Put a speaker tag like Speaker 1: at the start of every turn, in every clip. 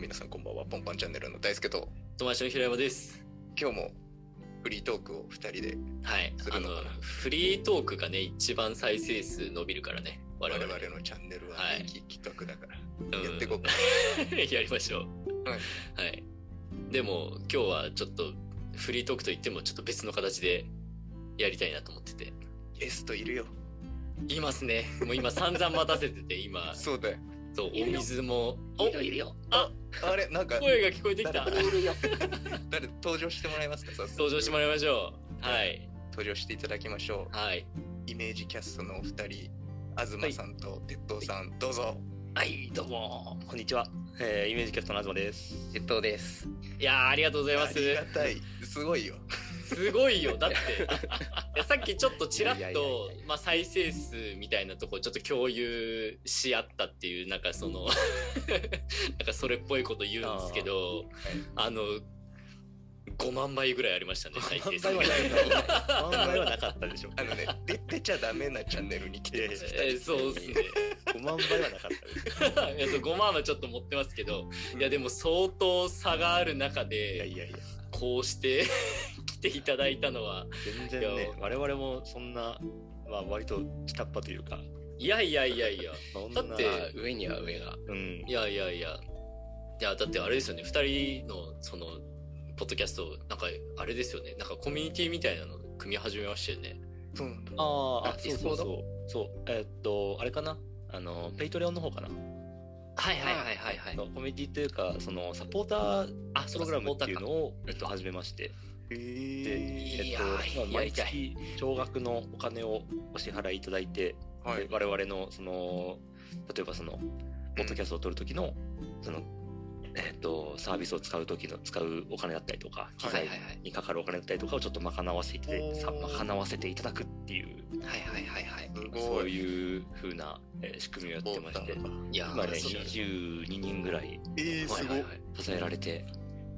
Speaker 1: 皆さんこんばんはポンパンチャンネルの大輔と
Speaker 2: 友達の平山です。
Speaker 1: 今日もフリートークを2人で
Speaker 2: はい
Speaker 1: す。
Speaker 2: あ
Speaker 1: るの
Speaker 2: の
Speaker 1: かな、
Speaker 2: フリートークがね、一番再生数伸びるからね。我
Speaker 1: 我
Speaker 2: 々。
Speaker 1: 々のチャンネルは
Speaker 2: はい
Speaker 1: 人気企画だから、
Speaker 2: うん
Speaker 1: やっていこうか
Speaker 2: やりましょう。
Speaker 1: はい
Speaker 2: はい。でも、今日はちょっと、フリートークといっても、ちょっと別の形でやりたいなと思ってて。
Speaker 1: ゲストいるよ
Speaker 2: いますね。もう今散々待たせて て、今、
Speaker 1: そうだよ
Speaker 2: そう、
Speaker 3: い
Speaker 2: お
Speaker 3: るよ
Speaker 2: 水も、お
Speaker 3: いるよいるよ。
Speaker 2: あ、
Speaker 1: あれなんか
Speaker 2: 声が聞こえてきた。
Speaker 3: いるよ。
Speaker 1: 誰登場してもらえますか早速
Speaker 2: 登場してもらいましょう。はい。
Speaker 1: 登場していただきましょ
Speaker 2: はい。
Speaker 1: うイメージキャストのお二人東さんと鉄道さん、どうぞ
Speaker 2: はい、どうも。
Speaker 3: こんにちは。えー、イメージキャストの東です。鉄道です。
Speaker 2: いやー、ありがとうございま
Speaker 1: ありが
Speaker 2: す。
Speaker 1: たいすごいよ
Speaker 2: すごいよ。だって、いやさっきちょっとちらっ
Speaker 3: いやいやい
Speaker 2: と
Speaker 3: やいや、
Speaker 2: まあ、再生数みたいなとこちょっと共有し合ったっていう、なんかその、 なんかそれっぽいこと言うんですけど、あの、5万倍ぐらいありましたね、再生数。
Speaker 3: 問題はなかったでしょ。
Speaker 1: あのね出てちゃダメなチャンネルに来てます
Speaker 2: えーそうですね。
Speaker 3: 五万倍はなかった です。
Speaker 2: いやそう5万はちょっと持ってますけど、いやでも相当差がある中
Speaker 3: いや
Speaker 2: で、
Speaker 3: いやいや。
Speaker 2: こうして 来ていただいたのは、
Speaker 3: 全然ね、我々もそんな、まあ割と下っ端というか、
Speaker 2: いやいやいやいや、
Speaker 3: そんな
Speaker 2: だって
Speaker 3: 上には上が。うん
Speaker 2: い。やいやいや。いや、だってあれですよね、2人のその、ポッドキャスト、なんかあれですよね、なんかコミュニティみたいなの組み始めましたよね。
Speaker 1: そうなんだ
Speaker 3: あー
Speaker 2: あ
Speaker 3: あ、そうそうそう。そう。えーっと、あれかなあの、ペイトレオンの方かな、
Speaker 2: はい
Speaker 1: はいはい
Speaker 2: はいは
Speaker 3: そうコミュニティというか、そのサポーター
Speaker 2: あ、
Speaker 3: プ
Speaker 2: そ
Speaker 3: ロ
Speaker 2: う
Speaker 3: グ
Speaker 2: かサ
Speaker 3: ラ
Speaker 2: ポ
Speaker 3: ム
Speaker 2: ー
Speaker 3: って
Speaker 2: タ
Speaker 3: いう
Speaker 2: ー
Speaker 3: の
Speaker 2: か。
Speaker 3: を、えっと、始めまして。
Speaker 1: へ
Speaker 3: で、
Speaker 1: ー
Speaker 2: い
Speaker 3: えっ
Speaker 2: や
Speaker 3: と
Speaker 2: ー
Speaker 3: まあ、
Speaker 2: やり
Speaker 3: 毎
Speaker 2: たい
Speaker 3: 月少額のお金をお支払いいただいて、
Speaker 1: は
Speaker 3: で我々のその例えばそのポッドキャストを撮る時の、そのえっ、とサービスを使う時の使うお金だったりとか機
Speaker 2: はい
Speaker 3: 材
Speaker 2: はいはい。
Speaker 3: にかかるお金だったりとかをちょっと賄わせていただいてさ
Speaker 1: おー
Speaker 3: 賄わせていただくっていう
Speaker 2: はいはいはいはい。
Speaker 1: すごい
Speaker 3: そういう風な、えー仕組みをやってまして
Speaker 2: いやー、
Speaker 3: 今ね
Speaker 2: そう
Speaker 3: 22人ぐらい
Speaker 1: えー、
Speaker 2: は
Speaker 1: す
Speaker 2: い
Speaker 1: ご
Speaker 2: はいいはい。
Speaker 3: 支えられて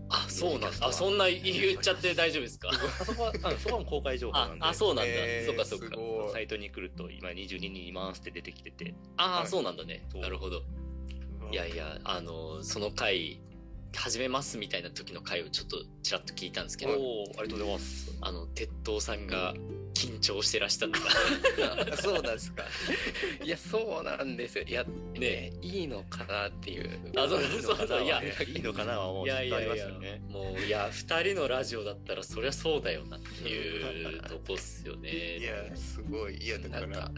Speaker 2: あ、そうなんだ。あ、そんな言っちゃって大丈夫ですか
Speaker 3: あそこはあそこはもう公開情報な
Speaker 2: あ
Speaker 3: ん、で
Speaker 2: あ、そうなんだ。
Speaker 1: えー
Speaker 2: そっかそっか
Speaker 1: す。ごい
Speaker 3: サイトに来ると今22人いますって出てきてて
Speaker 2: あ
Speaker 1: は
Speaker 2: あ、
Speaker 1: い
Speaker 2: そうなんだね。
Speaker 3: そう
Speaker 2: なるほど。いやいや、あの、その回、始めますみたいな時の回をちょっとちらっと聞いたんですけど、
Speaker 3: おーありがとうございます
Speaker 2: あの、鉄塔さんが緊張してらしたのが、
Speaker 1: あそうなんですか
Speaker 4: いや、そうなんですよ。いや、
Speaker 2: ね
Speaker 4: ね、いいのかなっていう。
Speaker 2: あそう
Speaker 3: いいのかな はい
Speaker 2: や
Speaker 3: いいのかなはもう
Speaker 2: い
Speaker 3: ず
Speaker 2: やい
Speaker 3: っとあ
Speaker 2: や
Speaker 3: りま
Speaker 2: い
Speaker 3: す
Speaker 2: や
Speaker 3: よね。、
Speaker 2: もう、いや、二人のラジオだったら、そりゃそうだよなっていうとこっすよね。
Speaker 1: いやすごいいやだか
Speaker 4: なん
Speaker 1: ら
Speaker 4: か、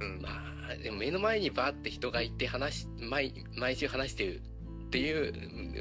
Speaker 1: うん
Speaker 4: まあ、でも目の前にバーって人がいて話し、毎、毎週話してるってい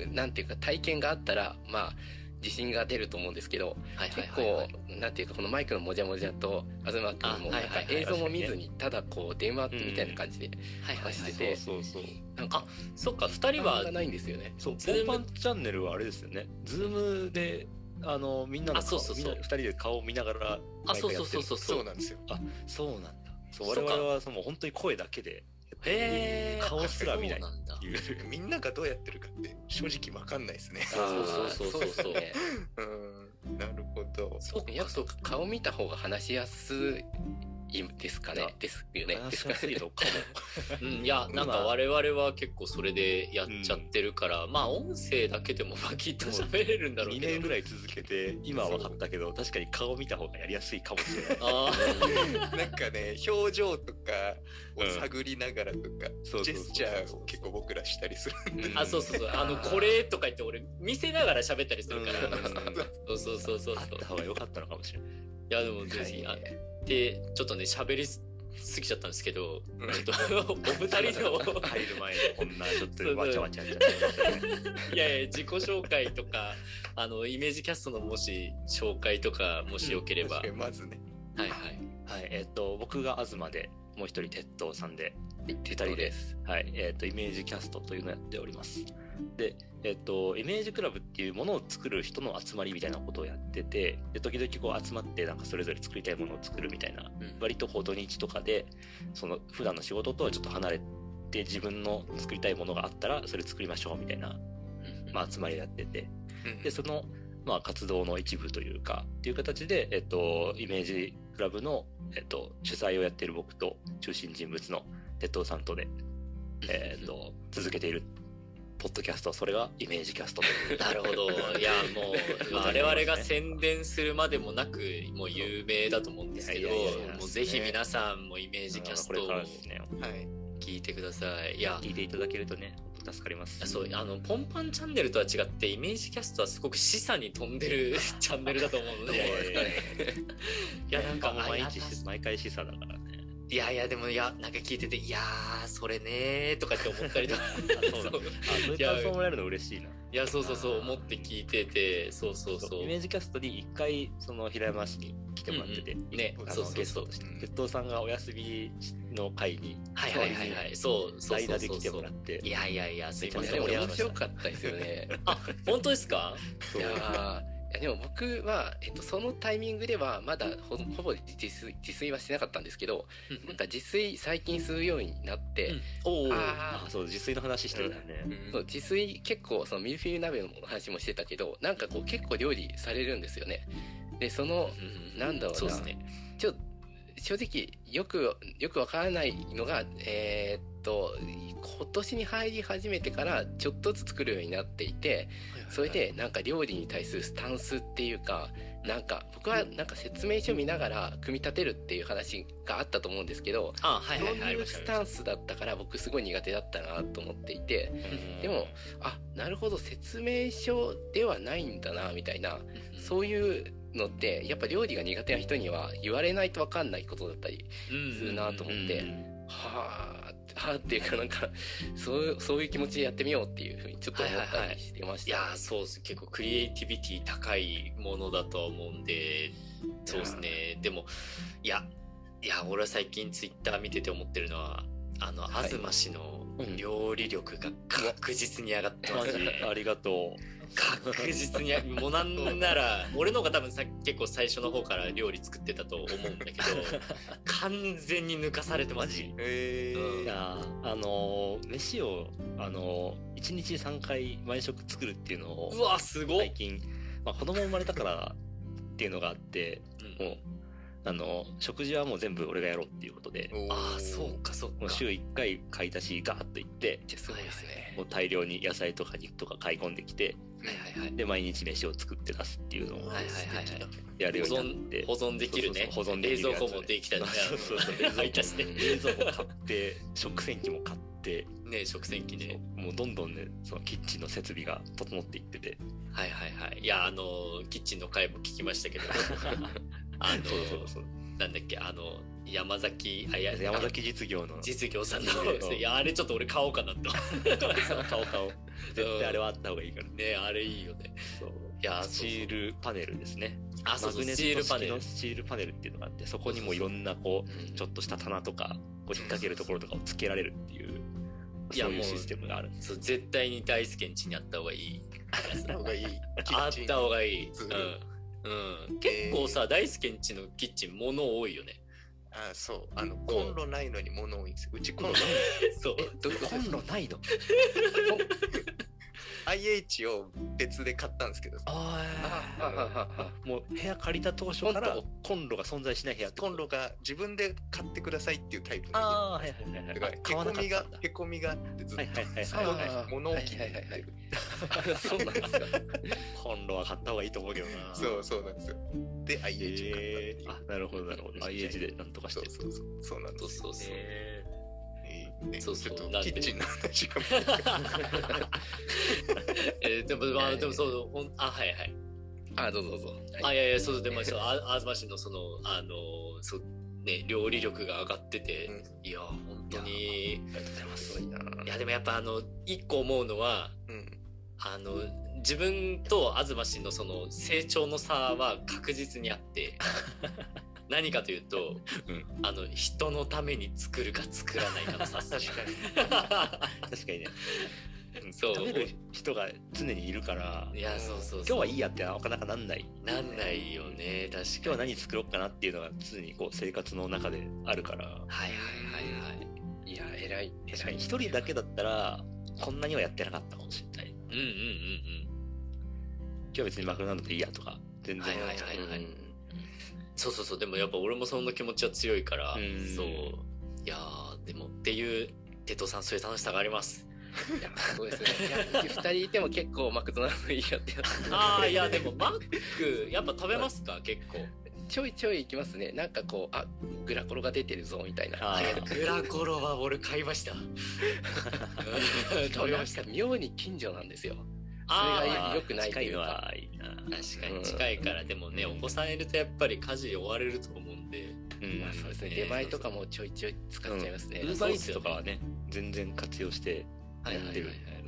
Speaker 4: う、なんていうか体験があったら、まあ、自信が出ると思うんですけど、
Speaker 2: はいはい
Speaker 4: 結
Speaker 2: はいは
Speaker 4: 構
Speaker 2: い。、
Speaker 4: なんていうかこのマイクのもじゃもじゃと、東
Speaker 2: あは
Speaker 4: 君も、ないん
Speaker 2: はいは
Speaker 4: か
Speaker 2: い
Speaker 4: 映像も見ずに、ただこう電話みたいな感じで、
Speaker 2: はいはいはい
Speaker 4: 走ってて
Speaker 3: そうそうそう。
Speaker 4: なんか、
Speaker 2: そっか、二人
Speaker 4: 時間が
Speaker 2: は、
Speaker 4: ないんですよね。
Speaker 3: そう、
Speaker 2: ズーム
Speaker 3: ポンパンチャンネルはあれですよね。ズームで、あの、みんなの
Speaker 2: あそうそうそう
Speaker 3: みんな二人で顔を見ながら、
Speaker 2: あ、そうそうそう
Speaker 3: う。
Speaker 2: そう。
Speaker 1: そうなんですよ
Speaker 3: そうなんだ。そう、
Speaker 2: そ
Speaker 3: 我
Speaker 2: うか
Speaker 3: 々はその本当に声だけで
Speaker 2: へー
Speaker 3: 顔すら見ない
Speaker 2: あそうなんだ
Speaker 3: っていう。
Speaker 1: みんながどうやってるかって正直わかんないですね。
Speaker 2: そうそうそうそうそう
Speaker 4: あーですね
Speaker 1: うん、なるほど。
Speaker 2: そっか
Speaker 4: やっぱ顔見た方が話しやすいですか
Speaker 3: い
Speaker 4: ね
Speaker 3: や。
Speaker 4: ですよね。で
Speaker 3: 話
Speaker 4: す
Speaker 3: し
Speaker 4: か
Speaker 3: やすい
Speaker 4: ね。
Speaker 3: の か
Speaker 2: うん、いや、なんか我々は結構それでやっちゃってるから、まあ音声だけでもまあきっと喋れるんだ
Speaker 3: も。
Speaker 2: ろう
Speaker 3: 2
Speaker 2: け
Speaker 3: 年
Speaker 2: ど
Speaker 3: ぐ。らい続けて、今は分かったけど、確かに顔見た方がやりやすいかもしれない。
Speaker 2: あ
Speaker 1: なんかね、表情とかを探りながらとか、
Speaker 3: そうそうそう
Speaker 1: ジェスチャーを結構僕らしたりする。
Speaker 2: ーあ、そうそうそう。あの、これとか言って俺見せながら喋ったりするから。そうそうそうそう
Speaker 3: あ
Speaker 2: そ
Speaker 3: っ
Speaker 2: う。
Speaker 3: た方が良かったのかもしれない。
Speaker 2: いや、でもぜひ、あで、ちょっとね、喋りすすぎちゃったんですけど、
Speaker 1: うん
Speaker 2: ちょっと お二人の、
Speaker 3: 入る前のこんなちょっ
Speaker 2: そう
Speaker 3: とわちゃわちゃやっちゃってましたね。
Speaker 2: いやいや、自己紹介とか、あの、イメージキャストのもし紹介とか、もしよければ。
Speaker 1: 確
Speaker 2: は
Speaker 1: か
Speaker 2: い
Speaker 1: にまずね。
Speaker 2: はい。
Speaker 3: はい、えっ、と、僕が東で、もう一人鉄道さんで、
Speaker 4: 手。
Speaker 3: 人ですはい、えっ、と、イメージキャストというのをやっております。で、えっ、と、イメージクラブっていうものを作る人の集まりみたいなことをやってて、で、時々こう集まって、なんかそれぞれ作りたいものを作るみたいな、
Speaker 2: うん
Speaker 3: 割とこう土日とかで、その普段の仕事とはちょっと離れて、自分の作りたいものがあったら、それ作りましょうみたいな、まあ、集まりをやってて、
Speaker 1: うん
Speaker 3: でその、まあ、活動の一部というかっていう形で、えっと、イメージクラブの、えっと、主催をやっている僕と中心人物の鉄道さんとで、えっと、続けているポッドキャストそれがイメージキャストという
Speaker 2: なるほど。いや、もう、
Speaker 3: ございます
Speaker 2: 我
Speaker 3: ね
Speaker 2: 々が宣伝するまでもなく、もう有名だと思うんですけど
Speaker 3: いやいやいやいや、
Speaker 2: もうぜひ皆さんもイメージキャスト
Speaker 3: これ
Speaker 2: を
Speaker 3: からですね
Speaker 1: はい。
Speaker 2: 聞いてください。いや、
Speaker 3: 聞いていただけるとね本当助かります
Speaker 2: そう、あの、ポンパンチャンネルとは違って、イメージキャストはすごく示唆に飛んでる チャンネルだと思うの
Speaker 3: いやいやいや
Speaker 2: で、いや、なんか、
Speaker 3: もう毎日
Speaker 2: あ
Speaker 3: し毎回示唆だからね
Speaker 2: いやいや、でも、いや、なんか聞いてて、いやー、それねーとかって思ったりとか
Speaker 3: あ、そうだ
Speaker 2: そう
Speaker 3: あそういう感想もらえるの嬉しいない
Speaker 2: や、そうそうそう、
Speaker 3: あー
Speaker 2: 思って聞いてて、そうそうそう。
Speaker 3: イメージキャストに一回その平山氏に来てもらってて、
Speaker 2: うんうんね
Speaker 3: あの
Speaker 2: そうそうそう
Speaker 3: ゲストとして鉄道さんがお休みの会に
Speaker 2: はいはいはいはい、そうそう
Speaker 3: 代
Speaker 2: そ
Speaker 3: 打
Speaker 2: う
Speaker 3: で
Speaker 2: そ
Speaker 3: 来
Speaker 2: う
Speaker 3: てもらって
Speaker 2: いやいやいや、すいま
Speaker 4: いや
Speaker 2: せ
Speaker 4: で
Speaker 2: ん、
Speaker 4: も
Speaker 2: 俺
Speaker 4: 面白かったですよね。
Speaker 2: 本当ですか
Speaker 4: いやーいやでも僕は、えっと、そのタイミングではまだほほぼ自炊自炊はしてなかったんですけどなんか自炊最近するようになって、
Speaker 2: うん
Speaker 3: おお
Speaker 4: あ
Speaker 3: あそう自炊の話してるんだね、
Speaker 4: そう自炊結構そのミルフィーユ鍋の話もしてたけどなんかこう結構料理されるんですよね。でそのなんだろうな
Speaker 2: そうですね。
Speaker 4: ちょ正直よくよくわからないのがえーっと今年に入り始めてからちょっとずつ作るようになっていてそれでなんか料理に対するスタンスっていうかなんか僕はなんか説明書見ながら組み立てるっていう話があったと思うんですけど
Speaker 2: あ、はい
Speaker 4: そう
Speaker 2: はいはい、あ
Speaker 4: い
Speaker 2: り
Speaker 4: う
Speaker 2: ました
Speaker 4: ス
Speaker 2: ありました
Speaker 4: タンスだったから僕すごい苦手だったなと思っていてでもあなるほど説明書ではないんだなみたいなそういうのってやっぱ料理が苦手な人には言われないと分かんないことだったり
Speaker 2: うん
Speaker 4: するなと思って、
Speaker 3: うん
Speaker 4: はあはあっていうかなんかそうそういう気持ちでやってみようっていうふうにちょっと思ったりしてまし
Speaker 2: い
Speaker 4: た、
Speaker 2: やーそうです結構クリエイティビティ高いものだとは思うんでそうですねでもいやいや俺は最近ツイッター見てて思ってるのはあの、
Speaker 4: はい
Speaker 2: 東氏の
Speaker 3: うん
Speaker 2: 料理力が確実に上がってますね。
Speaker 3: ありがと
Speaker 2: 確実にもうなんなら俺の方が多分さ結構最初の方から料理作ってたと思うん だけど完全に抜かされてます
Speaker 3: マ
Speaker 1: え
Speaker 3: う。い
Speaker 1: ー。
Speaker 3: やーあのー飯をあのー一日三回毎食作るっていうのを
Speaker 2: うわすごっ、
Speaker 3: 最近、まあ、子供生まれたからっていうのがあって
Speaker 2: うん
Speaker 3: もうあのー食事はもう全部俺がやろうっていうことで
Speaker 1: おー
Speaker 2: ああそうかそう
Speaker 3: も
Speaker 2: か
Speaker 3: う週一回買い出しガーッと行って
Speaker 4: じゃあすごいですね
Speaker 3: もう大量に野菜とか肉とか買い込んできて
Speaker 2: はいはいはい
Speaker 3: で毎日飯を作って出すっていうのを
Speaker 2: はいはいはいはい
Speaker 3: やるよう
Speaker 2: 保
Speaker 3: になっ
Speaker 2: 存
Speaker 3: て
Speaker 2: 保存できるね
Speaker 3: そうそうそう保存できる
Speaker 2: 冷
Speaker 3: やつ
Speaker 2: 蔵庫もできたりね
Speaker 3: そうそうそう
Speaker 2: あの 入ったしね
Speaker 3: 冷蔵庫買って食洗機も買って
Speaker 2: ね食洗機ね
Speaker 3: もうどんどんねそのキッチンの設備が整っていってて
Speaker 2: はいはいはいいやあのキッチンの回も聞きましたけ どあの
Speaker 3: そうそうそう
Speaker 2: なんだっけあの山崎あいや
Speaker 3: 山崎実業の
Speaker 2: 実業さん
Speaker 3: 実業
Speaker 2: のいやあれちょっと俺買おうかな と
Speaker 3: 顔顔絶対あれはあった方がいいから
Speaker 2: ねあれいいよね
Speaker 3: そう
Speaker 2: いや
Speaker 3: スチー
Speaker 2: ル
Speaker 3: ルパネルですね
Speaker 2: あそうそうスチールパネル
Speaker 3: のスチールパネルっていうのがあってそこにもいろんなこうちょっとした棚とかこう引っ掛けるところとかをつけられるっていう
Speaker 2: いや
Speaker 3: そういう
Speaker 2: もう
Speaker 3: システムがある
Speaker 2: そう絶対に大輔ん家にあった方がいい
Speaker 1: の方がいい。
Speaker 2: あった方がいい、
Speaker 1: 普通
Speaker 2: うんうん、結構さ、大輔ん家のキッチン物多いよね
Speaker 1: あそう。あの、コンロないのに物多いんですよ。うちコンロ、
Speaker 2: そう
Speaker 4: えどういうことですか
Speaker 3: ないの
Speaker 1: IH を別で買ったんですけど、
Speaker 3: あ
Speaker 4: あああああ
Speaker 3: あもう部屋借りた当初からコンロが存在しない部屋って
Speaker 1: コ
Speaker 3: こと
Speaker 1: ンロが自分で買ってくださいっていうタイプの家。
Speaker 3: ああはいはいはい
Speaker 1: だから、
Speaker 3: はいあ
Speaker 1: へ
Speaker 3: 買わ
Speaker 1: こ
Speaker 3: なかった
Speaker 1: み
Speaker 3: んだ
Speaker 1: が、へこみがあって、ずっと
Speaker 3: はいはいはい
Speaker 1: そ
Speaker 3: は
Speaker 1: れ
Speaker 3: い
Speaker 1: を
Speaker 3: は
Speaker 1: ね
Speaker 3: い
Speaker 4: あー
Speaker 1: 物置に
Speaker 4: はいはいはい
Speaker 1: 入れる
Speaker 4: そうなんですか
Speaker 3: コンロは買った方がいいと思うけどな
Speaker 1: そうそうなんですよ。で、IH を買ったって
Speaker 3: え
Speaker 1: い
Speaker 3: ー、
Speaker 1: う。
Speaker 3: あなるほどなるほど IH でなんとかし
Speaker 1: そ
Speaker 3: て
Speaker 1: うそうそう。そうなん
Speaker 2: そ
Speaker 1: で
Speaker 2: う
Speaker 1: す
Speaker 2: そ
Speaker 1: よ。
Speaker 2: うそう、
Speaker 3: え
Speaker 1: えーね
Speaker 2: そうそう
Speaker 1: ちょっと
Speaker 2: なん
Speaker 1: キ
Speaker 2: で
Speaker 1: ッチンの話が。
Speaker 2: えーでも、まあ、でもそうほんあはいはい
Speaker 4: あどうぞどうぞ
Speaker 2: あいやいやそうでもそうあ東氏のそのあのそうね料理力が上がってて、
Speaker 1: うん
Speaker 2: いや本当に
Speaker 3: ありがとうございます
Speaker 4: すごいなあ
Speaker 2: いやでもやっぱあの一個思うのは
Speaker 1: うん。
Speaker 2: あの自分と東氏のその成長の差は確実にあって 何かというと、
Speaker 3: うん
Speaker 2: あの人のために作るか作らないかの差っすね
Speaker 3: 確かにねん
Speaker 2: そう
Speaker 3: 食べる人が常にいるから
Speaker 2: いやそうそうそう
Speaker 3: 今日はいいやってなかなかなんない
Speaker 2: なんないよね確
Speaker 3: 今日は
Speaker 2: かに
Speaker 3: 何作ろうかなっていうのが常にこう生活の中であるから
Speaker 2: はいはいはいはい
Speaker 4: いや偉い
Speaker 3: 確かに一人だけだったらこんなにはやってなかったかもしれない今
Speaker 2: うんうんうんうん
Speaker 3: 日は別にマクドナルドでいいやとか全然
Speaker 2: はいはいはいはい
Speaker 4: うん
Speaker 2: そうそうそうでもやっぱ俺もそんな気持ちは強いから
Speaker 3: う ん
Speaker 2: そういやーでもっていうテトさんそういう楽しさがあります
Speaker 4: いやそうですねいやうち2人いても結構マクドナルドいいやってやつ
Speaker 2: ああいやでもマックやっぱ食べます か結構
Speaker 4: ちょいちょい行きますねなんかこうあグラコロが出てるぞみたいな
Speaker 3: あ
Speaker 2: いやグラコロは俺買いました 食
Speaker 4: 食
Speaker 2: べ
Speaker 4: べ
Speaker 2: ま
Speaker 4: ま
Speaker 2: し
Speaker 4: したた妙に近所なんですよ
Speaker 2: あ
Speaker 4: それ
Speaker 2: あ
Speaker 4: が良くないと
Speaker 3: 近い
Speaker 4: いう
Speaker 3: の
Speaker 4: か
Speaker 3: はいいな。
Speaker 2: 確か
Speaker 4: う
Speaker 2: に
Speaker 4: ん
Speaker 2: 近いから、でもねお子さんいるとやっぱり家事追われると思うんで
Speaker 3: うん
Speaker 4: まあそうですね
Speaker 2: ね
Speaker 4: 出前とかもちょいちょい使っちゃいますね、
Speaker 3: ウー
Speaker 2: そ
Speaker 3: バ
Speaker 2: う
Speaker 3: ーイ
Speaker 2: っ
Speaker 3: ー
Speaker 2: す
Speaker 3: ツ
Speaker 2: よね
Speaker 3: とかはね、全然活用してや
Speaker 2: はいはい
Speaker 3: っ
Speaker 2: はい
Speaker 3: て
Speaker 2: は
Speaker 3: る
Speaker 2: い。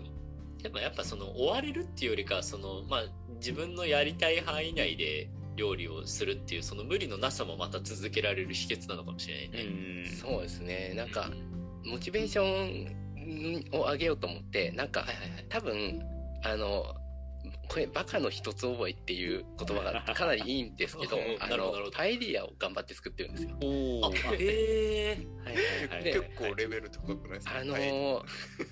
Speaker 2: でもやっぱその追われるっていうよりかはそのまあ自分のやりたい範囲内で料理をするっていうその無理のなさもまた続けられる秘訣なのかもしれないね。
Speaker 3: ん
Speaker 4: そうですねなんか
Speaker 2: うん
Speaker 4: モチベーションを上げようと思ってなんか
Speaker 2: はいはいはい。
Speaker 4: 多分あのこれ「バカの一つ覚え」っていう言葉がかなりいいんですけど
Speaker 2: うん
Speaker 4: あ
Speaker 2: なるほど
Speaker 4: の
Speaker 2: なるほど
Speaker 4: パエリアを頑張って作ってるんですよ。
Speaker 3: おお。
Speaker 2: あへえ
Speaker 3: はいはいはい。
Speaker 1: 結構レベル高くないですか
Speaker 4: あの
Speaker 1: はい
Speaker 4: ー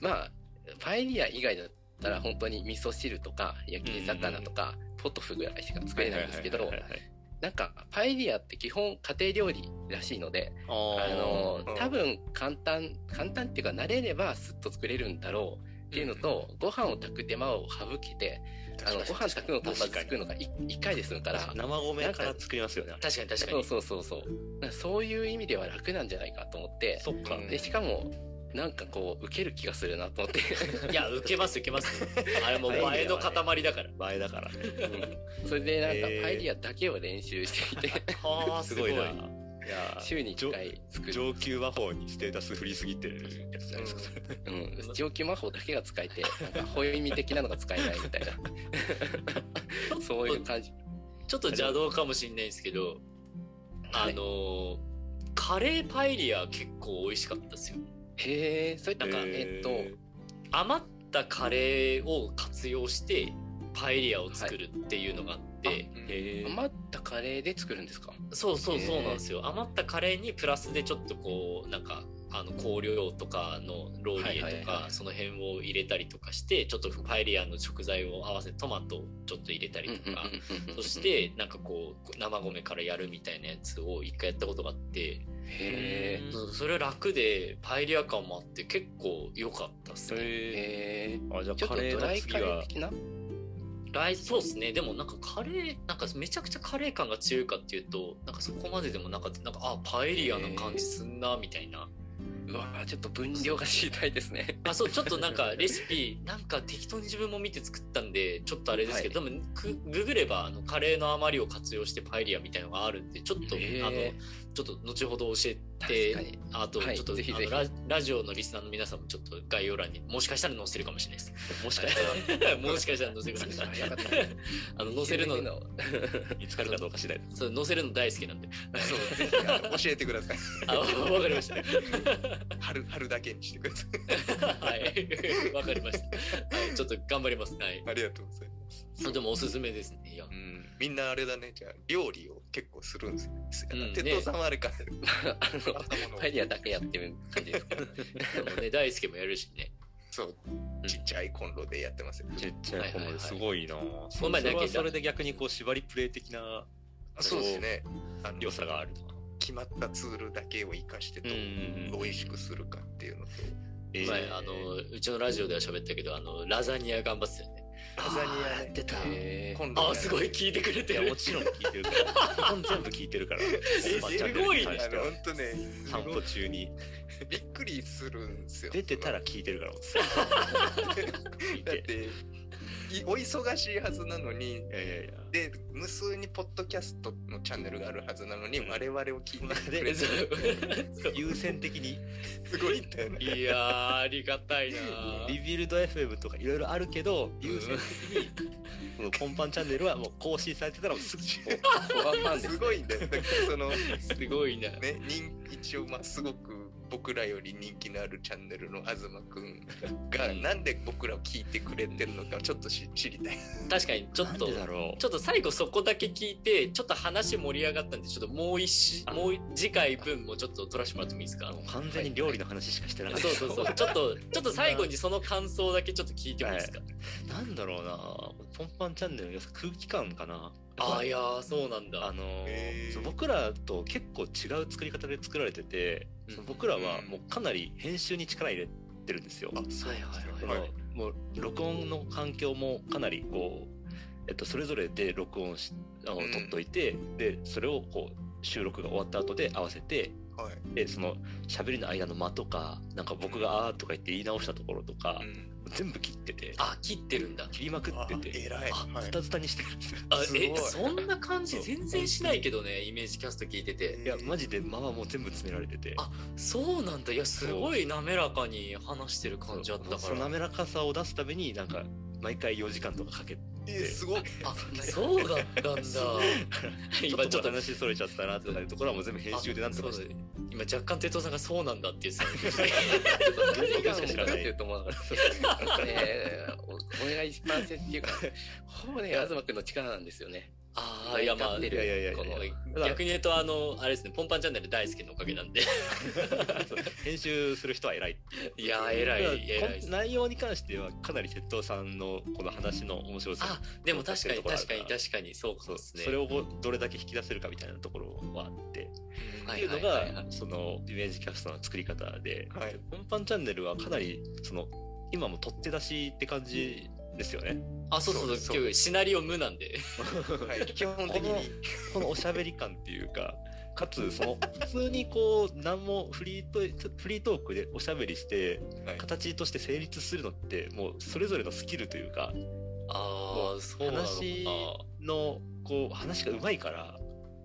Speaker 4: まあパエリア以外だったら本当に味噌汁とか焼き魚とかポトフぐらいしか作れないんですけど
Speaker 3: はいはいはいはい
Speaker 4: なんかパエリアって基本家庭料理らしいので
Speaker 3: あ
Speaker 4: あの
Speaker 1: うん
Speaker 4: 多分簡単簡単っていうか慣れればスッと作れるんだろうっていうのと、ご飯を炊く手間を省けてあのご飯炊くのとか
Speaker 3: 確かに
Speaker 4: 作るのが 1, 回で済むから
Speaker 3: ー生米から作りますよね。
Speaker 2: 確かに確か
Speaker 4: そう
Speaker 2: に。
Speaker 4: そうそうそうだからそういう意味では楽なんじゃないかと思って
Speaker 3: そっか。
Speaker 1: うん
Speaker 4: でしかもなんかこう受ける気がするなと 思って
Speaker 2: いや受けます受けます。あれもう前の塊だ から。
Speaker 3: 前だからね。
Speaker 4: それでなんか
Speaker 3: へー
Speaker 4: パエリアだけを練習していて
Speaker 2: はあ
Speaker 3: す
Speaker 2: す
Speaker 3: ご
Speaker 2: ご
Speaker 3: い
Speaker 2: い。
Speaker 3: な。い
Speaker 2: あ
Speaker 3: や
Speaker 4: 週に1回作る、
Speaker 3: 上級魔法にステータス振りすぎてるやつじゃないですか。
Speaker 4: うん、上級魔法だけが使えてなんかホイミ的なのが使えないみたいなそうい う感じ
Speaker 2: ちょっと邪道かもしれないですけど、あ
Speaker 4: はい
Speaker 2: のーカレーパエリア結構美味しかったですよ。
Speaker 4: へえそれなんか
Speaker 3: へー
Speaker 4: えっと
Speaker 2: 余ったカレーを活用してパエリアを作るっていうのがあって、
Speaker 3: へー
Speaker 4: 余ったカレーで作るんですか
Speaker 2: そうそうそう
Speaker 4: へー
Speaker 2: なんですよ余ったカレーにプラスでちょっとこうなんかあの香料とかのローリエとか、
Speaker 4: はいはいはい
Speaker 2: その辺を入れたりとかしてちょっとパエリアの食材を合わせてトマトをちょっと入れたりとか、そしてなんかこう生米からやるみたいなやつを一回やったことがあって、
Speaker 4: へ
Speaker 3: うん
Speaker 2: そうそれ楽でパエリア感もあって結構良かったっすね。
Speaker 4: え
Speaker 3: へ
Speaker 4: へえ
Speaker 3: ーあじゃ
Speaker 4: ちょ
Speaker 3: あカ
Speaker 4: っと
Speaker 3: レー
Speaker 4: ドラ
Speaker 3: の
Speaker 4: イ
Speaker 3: 次
Speaker 4: カレー
Speaker 3: は
Speaker 4: 的な
Speaker 2: ライそうですねでもなんかカレーなんかめちゃくちゃカレー感が強いかっていうとなんかそこまででもなかったなんかあパエリアの感じすんなみたいな、
Speaker 4: うわーちょっと分量が知りたいですね
Speaker 2: あそうちょっとなんかレシピなんか適当に自分も見て作ったんでちょっとあれですけど、でもくググればあのカレーの余りを活用してパエリアみたいのがあるんでちょっと、
Speaker 4: へー
Speaker 2: あのちょっと後ほど教え
Speaker 4: 確か
Speaker 2: て
Speaker 4: に
Speaker 2: あとちょ
Speaker 4: は
Speaker 2: っ
Speaker 4: い
Speaker 2: と、
Speaker 4: ぜひ
Speaker 2: あ
Speaker 4: ぜひ
Speaker 2: のララジオのリスナーの皆さんもちょっと概要欄にもしかしたら載せるかもしれない ですもしかしたらもしかしたら載せるかもしれない
Speaker 4: 早かった
Speaker 2: あの載せるの
Speaker 3: 見つかるかどうか次第です。
Speaker 2: そう載せるの大好きなんで。
Speaker 1: そうぜひあの教えてください
Speaker 2: あ、わかりま した。
Speaker 1: 春春だけにしてください
Speaker 2: はい、わかりました。はいちょっと頑張ります。はい。
Speaker 1: ありがとうございます
Speaker 2: そうでもおすすめですね。いや
Speaker 1: う、んみんなあれだねじゃあ料理を結構するんですよ、
Speaker 2: うん
Speaker 1: 鉄道さんはあれか、
Speaker 4: あの
Speaker 1: 頭 の
Speaker 4: パエリアだけやってる感じですか
Speaker 2: でも ね、大輔もやるしね。
Speaker 1: そうちっちゃいコンロでやってますよ、
Speaker 3: ちっちゃい
Speaker 2: はいはいはい
Speaker 3: すごいな
Speaker 2: お
Speaker 3: そ
Speaker 2: 前
Speaker 3: そ
Speaker 2: だ
Speaker 3: れ
Speaker 2: けじゃ
Speaker 3: はそれで逆にこう縛りプレイ的な
Speaker 1: そうですねあの
Speaker 3: 良さがあると
Speaker 1: 決まったツールだけを生かしてと、美味しくするかっていうのと
Speaker 3: えー
Speaker 2: 前、あの、うちのラジオでは喋ったけど、あの、ラザニア頑張ってたよね。
Speaker 1: ラザニアね
Speaker 2: やってた。
Speaker 4: へ
Speaker 1: 今度
Speaker 2: あ、すごい聞いてくれ
Speaker 3: い
Speaker 2: て
Speaker 3: や
Speaker 2: る
Speaker 3: も。ちろん聞いてるから基本全部聞いてるから
Speaker 2: す
Speaker 3: まあチャンネルに
Speaker 1: あ
Speaker 3: 関して
Speaker 1: の
Speaker 3: は
Speaker 1: 本当ねす
Speaker 3: 散
Speaker 1: ご
Speaker 3: 歩
Speaker 1: い
Speaker 3: 中に
Speaker 1: びっくりするんですよ
Speaker 3: 出てたら聞いてるから聞い
Speaker 1: だってていお忙しいはずなのに
Speaker 3: いやいやいや
Speaker 1: で無数にポッドキャストのチャンネルがあるはずなのに
Speaker 3: うん
Speaker 1: 我々を聞いてくれて
Speaker 2: そ
Speaker 1: る
Speaker 2: うそう
Speaker 3: 優先的に
Speaker 1: すごいんだよね
Speaker 2: いやー、ありがたいなー。
Speaker 3: リビルド FM とかいろいろあるけど優先的にこのコンパンチャンネルは もう更新されてたらもうすぐ聞こう
Speaker 4: ーコアファンです
Speaker 1: すごいんだよだからそのね
Speaker 2: すごいな。
Speaker 1: 人一応まあすごく僕らより人気のあるチャンネルの東くんが
Speaker 2: うん
Speaker 1: なんで僕らを聞いてくれてるのかちょっとし知りたい
Speaker 2: 確かに、ちょっ
Speaker 3: なん
Speaker 2: と
Speaker 3: で。だろ
Speaker 2: ちょっと最後そこだけ聞いてちょっと話盛り上がったんでちょっともう一し
Speaker 3: あ
Speaker 2: もう一次回分もちょっと取らせてもらってもいいですか
Speaker 3: う完全に料理の話しかしてなかった
Speaker 2: そうそうそうちょっとちょっと最後にその感想だけちょっと聞いてもいいですか、
Speaker 3: なんだろうなコンパンチャンネルの良さ空気感かな
Speaker 2: ああいやーそうなんだ
Speaker 3: あのー
Speaker 1: へー
Speaker 3: そう僕らと結構違う作り方で作られてて、
Speaker 2: うん
Speaker 3: その僕らはもうかなり編集に力入れってるんですよ。
Speaker 1: あ、そうなんですね
Speaker 2: はい
Speaker 3: そ
Speaker 2: は
Speaker 3: の
Speaker 1: はい。
Speaker 3: もう録音の環境もかなりこう、えっと、それぞれで録音しあの
Speaker 1: うん
Speaker 3: 撮っといて、でそれをこう収録が終わった後で合わせて
Speaker 1: はい。
Speaker 3: でその喋りの間の間とかなんか僕が「あー」とか言って言い直したところとか、
Speaker 1: うん。
Speaker 3: 全部切ってて
Speaker 2: あ切ってるんだ
Speaker 3: 切りまくってて
Speaker 1: あ偉い
Speaker 3: あ
Speaker 1: はい
Speaker 3: ズタズタにしてるんですよ
Speaker 2: あ
Speaker 1: すごい
Speaker 2: えそんな感じ
Speaker 3: そう
Speaker 2: 全然しないけどねイメージキャスト聞いてて
Speaker 3: いやマジで間はもう全部詰められてて
Speaker 2: あそうなんだいやすごい滑らかに話してる感じあった
Speaker 3: そ
Speaker 2: か
Speaker 3: の
Speaker 2: ら
Speaker 3: 滑らかさを出すためになんか毎回4時間とか かけて
Speaker 1: えー、すごい。
Speaker 2: あ そうだったんだ今ちょっと
Speaker 3: 話それちゃったなとかいうところはもう全部編集でなんとかして
Speaker 2: あそうだ今若干哲夫さんがそうなんだって言 ってた
Speaker 4: 何
Speaker 3: 僕
Speaker 4: が
Speaker 3: しか知
Speaker 4: 分からっ
Speaker 3: ない
Speaker 4: てると思わなかった。ねえ、おお願い一般性っていうか、ほぼね、東君の力なんですよね。
Speaker 2: ああいやまあ
Speaker 4: 立って
Speaker 3: いやいやいやいや
Speaker 4: この
Speaker 2: 逆に言うとあのあれですねポンパンチャンネル大好きのおかげなんで
Speaker 3: そう編集する人は偉い
Speaker 2: いや偉
Speaker 3: だから
Speaker 2: い偉いです
Speaker 3: こん内容に関してはかなり鉄道さんのこの話の面白さ
Speaker 2: あでも確かに確かに確かにそうか
Speaker 3: そ
Speaker 2: も
Speaker 3: う
Speaker 2: ですね
Speaker 3: それをどれだけ引き出せるかみたいなところはあって、
Speaker 2: はい
Speaker 3: っていうのが、
Speaker 2: はいはいはい
Speaker 3: そのイメージキャストの作り方で、
Speaker 1: はい
Speaker 3: でポンパンチャンネルはかなりその今も取って出しって感じですよね。
Speaker 2: あそうそう
Speaker 1: そう
Speaker 2: そう今日シナリオ無なんで
Speaker 1: はい。基本的に。
Speaker 3: このおしゃべり感っていうか、かつその普通にこう何もフリートフリートークでおしゃべりして
Speaker 1: はい
Speaker 3: 形として成立するのってもうそれぞれのスキルというか
Speaker 2: ああそうなのか
Speaker 3: 話のこう話がうまいから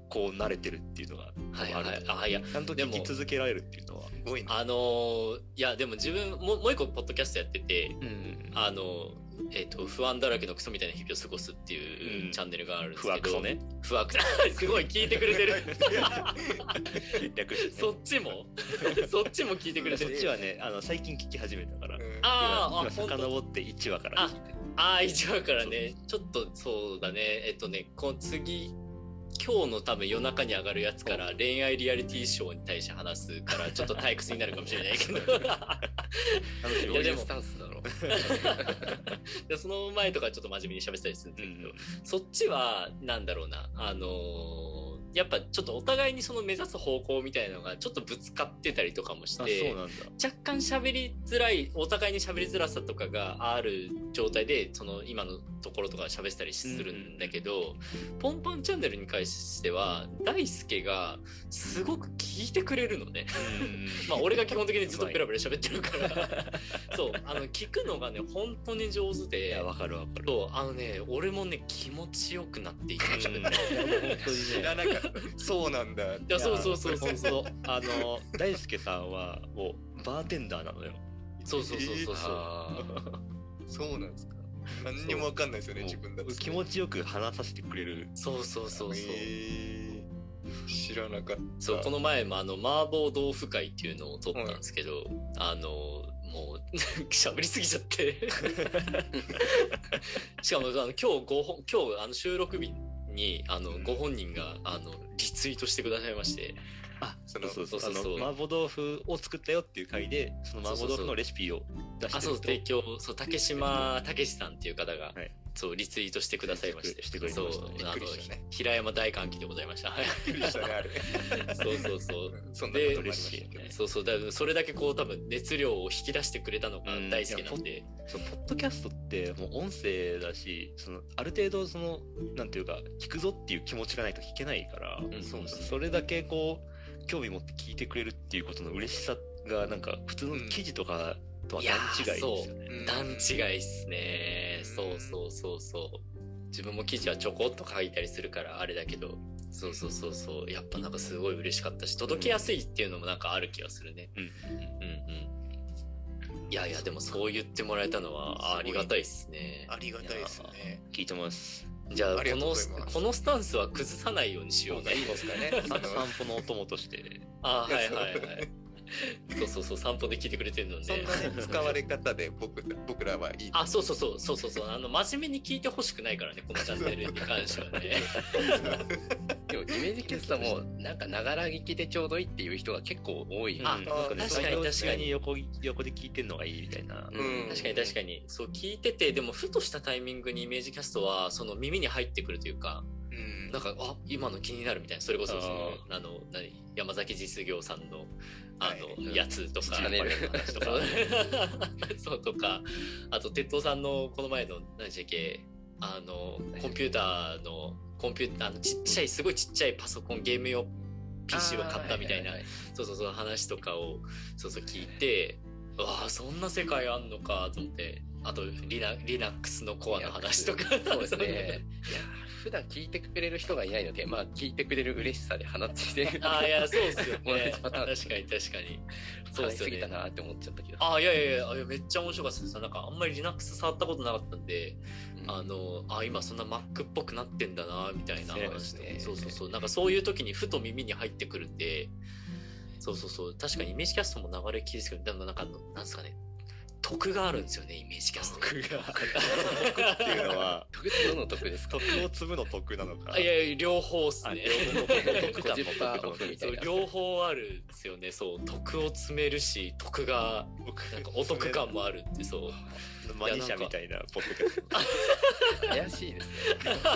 Speaker 3: こう慣れてるっていうのが多分あ
Speaker 2: はい
Speaker 3: る
Speaker 2: はいあいや
Speaker 3: ちゃんと
Speaker 2: で
Speaker 3: 聞
Speaker 2: も
Speaker 3: き続けられるっていうのは。
Speaker 1: すごいな。
Speaker 2: あのーいやでも自分ももう一個ポッドキャストやってて
Speaker 3: うん
Speaker 2: あのえっ、と不安だらけのクソみたいな日々を過ごすっていう、
Speaker 3: うん
Speaker 2: チャンネルがあるんですけ
Speaker 3: 不
Speaker 2: ど
Speaker 3: 惑そね。
Speaker 2: 不惑 すごい聞いてくれて る
Speaker 3: 略してね
Speaker 2: そっちも そっちも聞いてくれて
Speaker 3: そっ
Speaker 2: る
Speaker 3: ちはねあの最近聞き始めたから。
Speaker 1: うん
Speaker 2: あー
Speaker 3: 今
Speaker 2: あ本当
Speaker 3: 遡って1話から聞いて
Speaker 2: ああ一話からねちょっとそうだねえっとねこの次今日の多分夜中に上がるやつから恋愛リアリティショーに対して話すからちょっと退屈になるかもしれないけど
Speaker 3: 楽しみ
Speaker 2: いうや
Speaker 4: ど い
Speaker 2: で
Speaker 4: う
Speaker 2: も
Speaker 4: スタンスだろう。
Speaker 2: でその前とかちょっと真面目に喋ってたりするん
Speaker 3: う
Speaker 2: ですけど、
Speaker 3: ん
Speaker 2: そっちはなんだろうなあのーやっぱちょっとお互いにその目指す方向みたいなのがちょっとぶつかってたりとかもし
Speaker 3: あ
Speaker 2: て
Speaker 3: そうなんだ。
Speaker 2: 若干喋りづらいお互いに喋りづらさとかがある状態でその今のところとか喋ったりするんだけど、ポンポンチャンネルに関しては大輔がすごく聞いてくれるの ねまあ俺が基本的にずっとペラペラ喋ってるから そうあの聞くのがね本当に上手
Speaker 3: いや
Speaker 2: で
Speaker 3: わかるわかる。
Speaker 2: そうあのね俺もね気持ちよくなっていきましたね。
Speaker 1: 知らなかった。そうなんだ。
Speaker 2: いやそうそうそうそうそう
Speaker 3: そう あの大輔さんはもうバーテンダーなのよ。
Speaker 2: そうそうそうそうそう
Speaker 4: あ
Speaker 1: そうなんですか。何にもわかんないですよね、自分だと。
Speaker 3: 気持ちよく話させてくれる。
Speaker 2: そうそうそうそう。
Speaker 1: えー知らなかった。
Speaker 2: そうこの前もあの麻婆豆腐会っていうのを撮ったんですけど、あのもう喋りすぎちゃってしかもあの今日ご本今日あの収録日にあの
Speaker 1: うん
Speaker 2: ご本人があのリツイートしてくださいまして
Speaker 3: あ
Speaker 1: そ
Speaker 3: そ
Speaker 1: の
Speaker 3: うそうそう
Speaker 2: そうそうそう
Speaker 3: あの麻婆豆腐を作ったよっていう回でその麻婆豆腐のレシピを出して
Speaker 2: あそう提供そう竹島武さんっていう方が、
Speaker 3: はい
Speaker 2: そうリツイートしてくださいまして
Speaker 3: してくれて
Speaker 2: そう
Speaker 3: ましたね
Speaker 1: びっ
Speaker 2: あ
Speaker 1: く
Speaker 2: の
Speaker 1: りしたね。
Speaker 2: 平山大歓喜でございましたはい
Speaker 1: びっくりしたね、 あれ。
Speaker 2: そうそうそう
Speaker 1: そんなこともありま
Speaker 3: 嬉
Speaker 1: した
Speaker 3: しい
Speaker 1: け
Speaker 3: よ
Speaker 1: ど
Speaker 3: ね。
Speaker 2: そうそうだからそれだけこう多分熱量を引き出してくれたのが大好きなんで、
Speaker 3: そうポッドキャストってもう音声だしそのある程度そのなんていうか聞くぞっていう気持ちがないと聞けないから、
Speaker 2: んそうですね
Speaker 3: それだけこう興味持って聞いてくれるっていうことの嬉しさがなんか普通の記事とかとは段違いですよね。
Speaker 1: うん
Speaker 2: 段違いっすねそうそうそうそう自分も記事はちょこっと書いたりするからあれだけどそうそうそうそうやっぱなんかすごい嬉しかったし届けやすいっていうのもなんかある気がするねうんうんいやいやでもそう言ってもらえたのはありがたいっすね
Speaker 1: ありがたいですね。
Speaker 3: 聞いてます。
Speaker 2: じゃあ
Speaker 1: あ
Speaker 2: こ
Speaker 1: りがとう
Speaker 2: の
Speaker 1: ございます
Speaker 2: このスタンスは崩さないようにしよ
Speaker 1: そう
Speaker 2: う
Speaker 1: が
Speaker 2: ね
Speaker 1: いいですかね。
Speaker 3: さ散歩のお供として。
Speaker 2: あはいはいはいそうそうそう散歩で聞いてくれてるので
Speaker 1: そんなね、使われ方で僕僕らはいい。
Speaker 2: あ、そうそうそう、そうそうそう、あの、真面目に聞いてほしくないからね、このチャンネルに関してはね。
Speaker 4: でもイメージキャストもなんかながら聞きでちょうどいいっていう人が結構多い。
Speaker 2: あ
Speaker 3: うんなんね
Speaker 2: 確かに
Speaker 3: そういう
Speaker 2: 確かに
Speaker 3: 横横で聞いてるのがいいみたいな。
Speaker 1: うん
Speaker 2: 確かに確かに。そう、聞いてて、でも、ふとしたタイミングにイメージキャストは、その耳に入ってくるというか、
Speaker 1: うん
Speaker 2: なんか、あ、今の気になるみたいな、それこそ、その、
Speaker 3: あ
Speaker 2: あの、何、山崎実業さんの、あ
Speaker 1: はい
Speaker 2: の、やつとか。
Speaker 4: パネルの話とか
Speaker 2: そう とか、あと、鉄道さんのこの前の、何でしたっけ、あの、コンピューターの、コンピューターあのちっちゃい、すごいちっちゃいパソコン、ゲーム用 PC を買ったみたいな
Speaker 4: あーはは、は
Speaker 2: そうそうそう、話とかを、そうそう聞いて、うわあ、そんな世界あんのか、と思って、あと、リナ、リナックスのコアの話とか、
Speaker 4: そうですね。 いや、普段聞いてくれる人がいないので、まあ、聞いてくれる嬉しさで放ってて、
Speaker 2: ああ、いや、そうっすよ
Speaker 4: 同
Speaker 2: ね
Speaker 4: じ。
Speaker 2: 確
Speaker 4: パタ
Speaker 2: か
Speaker 4: ーン
Speaker 2: に確かに。そうっ
Speaker 4: 話し
Speaker 2: すよ
Speaker 4: すぎた
Speaker 2: ね。
Speaker 4: なって思っちゃったけど。
Speaker 2: ああ、いやいやいやいや、めっちゃ面白かったです。なんか、あんまり Linux 触ったことなかったんで、
Speaker 4: うん
Speaker 2: あの、あ今そんな Mac っぽくなってんだな、みたいな
Speaker 4: そうで
Speaker 2: 話
Speaker 4: す
Speaker 2: と
Speaker 4: ね
Speaker 2: そうそうそう。なんかそういう時にふと耳に入ってくるんで、そうそうそう。確かにイメージキャストも流れ聞きですけど、でもなんか、なんですかね、得があるんですよね、イメージキャスト。
Speaker 3: 得が得っていうのは
Speaker 4: 得ってどの得ですか
Speaker 3: 得を積むの得なのか
Speaker 2: あ いやいや、両方っす
Speaker 3: あ
Speaker 2: ね。
Speaker 3: 両方得だと
Speaker 4: 50%オフみた
Speaker 2: そう
Speaker 4: いな。
Speaker 2: 両方あるんですよね。そう、得を詰めるし、得が、なんかお得感もあるって、そう。
Speaker 3: マニシャみたいなポッドキャスト
Speaker 4: 怪しいですね。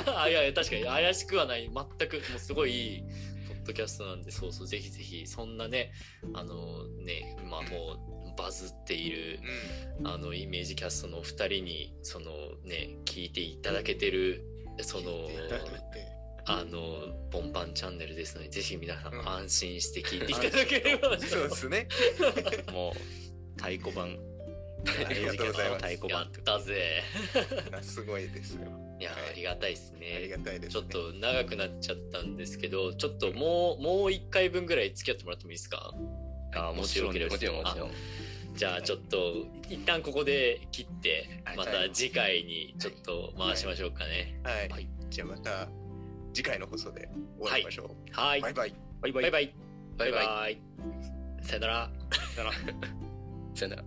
Speaker 2: あいやいや確かに怪しくはない全くもうすごいいいポッドキャストなんでそうそうぜひぜひそんなねあのねまあもうバズっているあのイメージキャストのお二人にそのね聞いていただけてるそのあのボンバンチャンネルですのでぜひ皆さ
Speaker 1: うん
Speaker 2: ん安心して聞いていただければ、
Speaker 1: そうですね。
Speaker 3: もう太鼓判
Speaker 1: ありがとうございま
Speaker 3: 太
Speaker 1: す
Speaker 3: 鼓
Speaker 2: や
Speaker 3: 判
Speaker 2: ったぜ
Speaker 1: あ。すごいですよ。
Speaker 2: いやありがたいですね
Speaker 1: ありがたいです、ね。
Speaker 2: ちょっと長くなっちゃったんですけど、ちょっともう、もう一回分ぐらい付き合ってもらってもいいですか
Speaker 3: あーもちろんです
Speaker 4: もちろん、もちろん。
Speaker 2: じゃあちょっと、一旦ここで切って
Speaker 1: は、い
Speaker 2: また次回にちょっと回しましょうかね。
Speaker 1: はい、
Speaker 2: はい
Speaker 1: じゃあまた次回の放送で終わりましょう。
Speaker 2: はい。
Speaker 1: バ
Speaker 2: バ
Speaker 1: イバイ。
Speaker 3: バイバイ
Speaker 2: イバイ。
Speaker 4: バイバイ。
Speaker 2: イ。さよなら。
Speaker 4: さよなら。